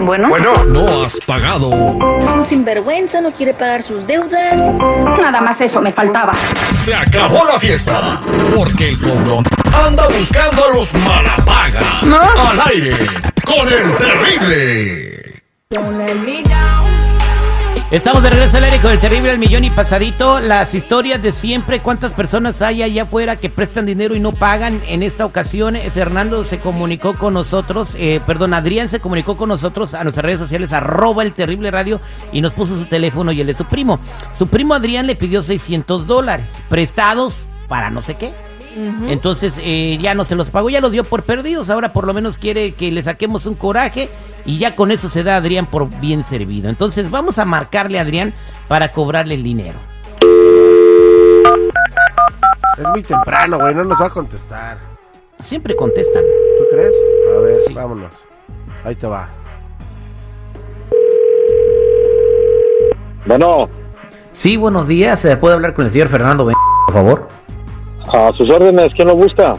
Bueno. Bueno. No has pagado. Un sinvergüenza no quiere pagar sus deudas. Nada más eso me faltaba. Se acabó la fiesta. Porque el cobrón anda buscando a los malapagas. ¿No? Al aire. Con el terrible. Estamos de regreso al aire con el terrible El Millón y Pasadito. Las historias de siempre, cuántas personas hay allá afuera que prestan dinero y no pagan. En esta ocasión, eh, Fernando se comunicó con nosotros, eh, perdón, Adrián se comunicó con nosotros a nuestras redes sociales, arroba el terrible radio, y nos puso su teléfono y el de su primo. Su primo Adrián le pidió 600 dólares prestados para no sé qué. Entonces eh, ya no se los pagó, ya los dio por perdidos. Ahora por lo menos quiere que le saquemos un coraje y ya con eso se da a Adrián por bien servido. Entonces vamos a marcarle a Adrián para cobrarle el dinero. Es muy temprano, güey, no nos va a contestar. Siempre contestan. ¿Tú crees? A ver, Sí. vámonos. Ahí te va. Bueno, Sí, buenos días. ¿Se puede hablar con el señor Fernando, Ben- por favor? a sus órdenes, ¿quién lo busca?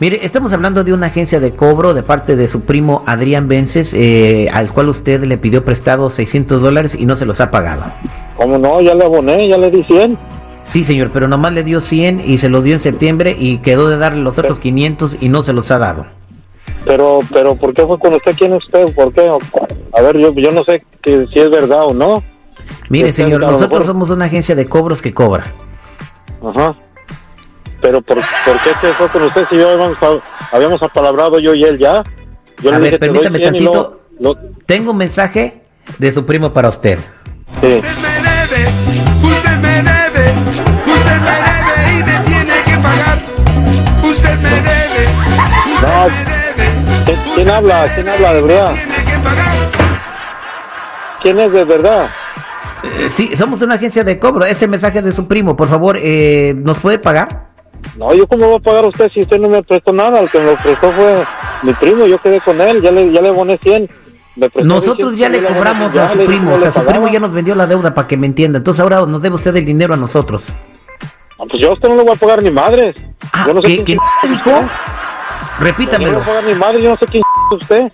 Mire, estamos hablando de una agencia de cobro de parte de su primo Adrián Vences, eh, al cual usted le pidió prestado 600 dólares y no se los ha pagado. ¿Cómo no? Ya le aboné, ya le di 100. Sí, señor, pero nomás le dio 100 y se los dio en septiembre y quedó de darle los otros 500 y no se los ha dado. Pero, pero, ¿por qué fue con usted? ¿Quién es usted? ¿Por qué? A ver, yo, yo no sé que- si es verdad o no. Mire, Está señor, bien, a lo nosotros mejor. somos una agencia de cobros que cobra. Ajá. Pero, ¿por, por qué se fue con usted si yo habíamos, habíamos apalabrado yo y él ya? Yo A le ver, dije, te doy permítame 100 y tantito. no- no- Tengo un mensaje de su primo para usted. sí. Usted me debe, usted me debe, usted me debe y me tiene que pagar. Usted me debe, No. usted me debe. ¿Qui- ¿Quién habla? ¿Quién habla de verdad? Tiene que pagar. ¿Quién es de verdad? Eh, sí, somos una agencia de cobro. Ese mensaje de su primo, por favor, eh, ¿nos puede pagar? No, yo cómo voy a pagar a usted si usted no me prestó nada. El que me lo prestó fue mi primo, yo quedé con él, ya le, ya le aboné 100. Me prestó Nosotros 200, ya Pues yo le aboné cobramos 100, a ya su le dije primo. que O sea, le su primo pagaba. ya nos vendió la deuda para que me entienda. Entonces ahora nos debe usted el dinero a nosotros. Ah, pues yo a usted no le voy a pagar ni madres. Ah, yo no sé ¿qué- quién qué es dijo? usted. Yo no le Repítamelo. voy a pagar ni madres, yo no sé quién es usted.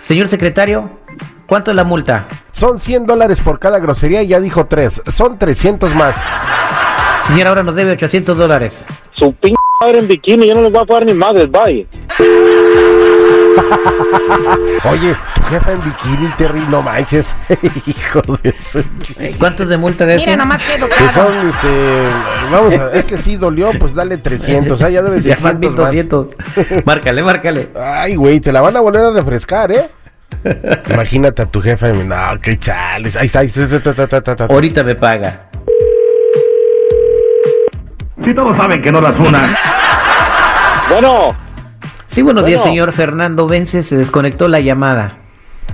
Señor secretario, ¿cuánto es la multa? Son 100 dólares por cada grosería y ya dijo 3. Son 300 más. Señor, ahora nos debe 800 dólares. Su pinche madre en bikini, yo no le voy a pagar ni madres, bye. Oye, tu jefa en bikini, Terry, no manches. Hijo de su... ¿Cuánto es de multa de Mira eso? nomás qué Que educado. son, este... Vamos a... Es que sí dolió, pues dale 300. Ah, ya debes Ya van 600 más. 1200. márcale, márcale. Ay, güey, te la van a volver a refrescar, ¿eh? Imagínate a tu jefa. y- No, qué chales. Ahí está, ahí está. ta, ta, ta, ta, ta. Ahorita me paga. Bueno, Sí, buenos días, Bueno. señor Fernando Vence. Se desconectó la llamada.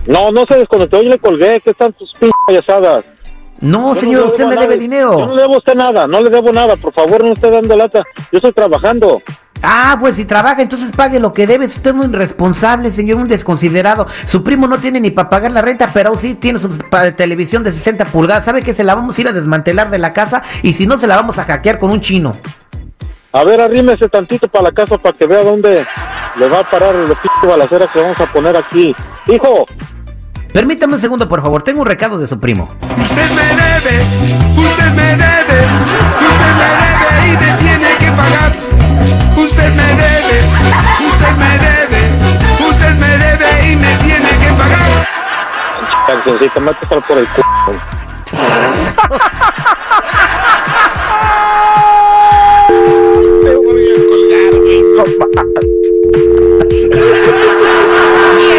no, no se desconectó, yo le colgué, ¿qué están sus pinches payasadas? No, Yo señor, no le usted debo a me debe nadie. Yo no le dinero. debo a usted nada, no le debo nada, por favor, no esté dando lata. Yo estoy trabajando. Ah, pues si trabaja, entonces pague lo que debe. Usted es un irresponsable, señor, un desconsiderado. Su primo no tiene ni para pagar la renta, pero sí tiene su pa- televisión de 60 pulgadas. ¿Sabe que se la vamos a ir a desmantelar de la casa? Y si no, se la vamos a hackear con un chino. A ver, arrímese tantito para la casa para que vea dónde le va a parar el pico balacera que vamos a poner aquí. Hijo, Permítame un segundo, por favor. Tengo un recado de su primo. Usted me debe, usted me debe, usted me debe y me tiene que pagar. Usted me debe, usted me debe, usted me debe y me tiene que pagar. cancioncita, me va a tocar por el culo.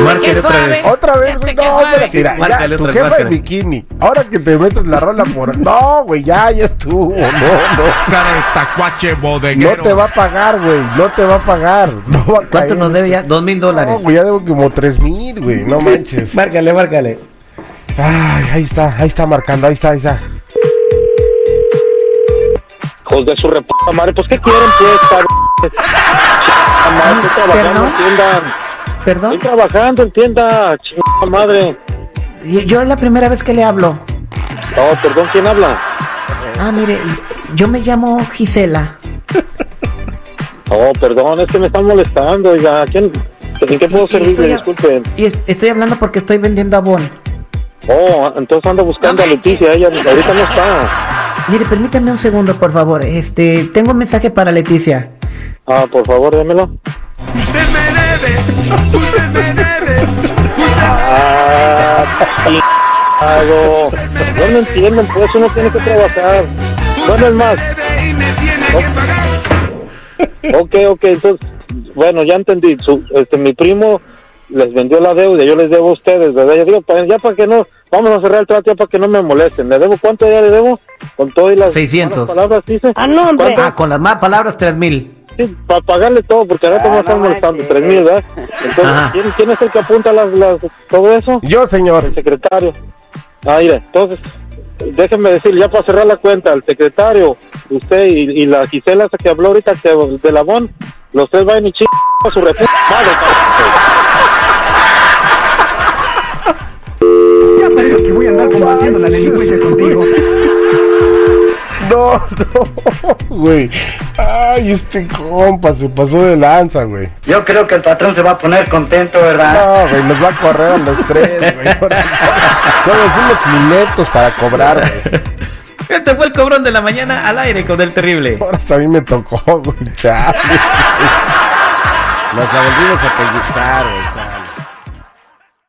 Márquele Qué otra vez. suave. Otra vez, güey. Fíjate qué No, suave. pero mira, Márcale ya, tu otra, jefa en márcale. bikini. Ahora que te metes la rola por. No, güey, ya, ya estuvo. No, Cara de tacuache no. bodeguero. No te va a pagar, güey. No te va a pagar. No va a ¿Cuánto caer. nos debe este- ya? Dos mil No, dólares. güey, ya debo como 3 mil, güey. No manches. Márcale, márcale. Ay, ahí está, ahí está marcando, ahí está, ahí está. Hijos de su reputa madre, pues ¿qué quieren pues, cabrón? Chingada madre, Estoy trabajando, ¿Perdón? entiendan. Estoy ¿Perdón? trabajando, entienda, chingada madre. Yo, yo es la primera vez que le hablo. No, perdón, ¿quién habla? Ah, mire, yo me llamo Gisela. Oh, perdón, es que me están molestando, oiga, ¿quién? ¿En qué Y- y puedo estoy servirle? a- Disculpen. Y es- estoy hablando porque estoy vendiendo abón. Oh, entonces anda buscando a Leticia. Ella ahorita no está. Mire, permítame un segundo, por favor. Este, tengo un mensaje para Leticia. Ah, por favor, démelo. Usted me debe, usted me debe, usted Ah, chingado. No me entienden, pues uno tiene que trabajar. Bueno, es más. me debe y me tiene que pagar. Ok, ok, entonces, bueno, ya entendí. Su- este, mi primo les vendió la deuda, yo les debo a ustedes, ¿verdad? Yo digo, pa- ya para que no, vamos a cerrar el trato ya para que no me molesten. ¿Le debo cuánto ya le debo? Con todas las 600. malas palabras, dice. Ah, no, hombre. Ah, con las más palabras, 3000. para pagarle todo, porque ahora te Ah, me están no molestando, manches. tres mil, ¿verdad? Entonces, Ajá. ¿quién, quién es el que apunta las, las, todo eso? Yo, señor. El secretario. Ah, mire, entonces, déjenme decir, ya para cerrar la cuenta, el secretario, usted y, y la Gisela esa que habló ahorita que, de la BON, los tres van y chingan a su repu... madre, cabrón. No, no, güey. Ay, este compa se pasó de lanza, güey. Yo creo que el patrón se va a poner contento, ¿verdad? No, güey, nos va a correr a los tres, güey. Somos unos minetos para cobrar, güey. Este fue el cobrón de la mañana al aire con el terrible. Ahora hasta a mí me tocó, güey, chale. Nos la volvimos a pellizcar, güey.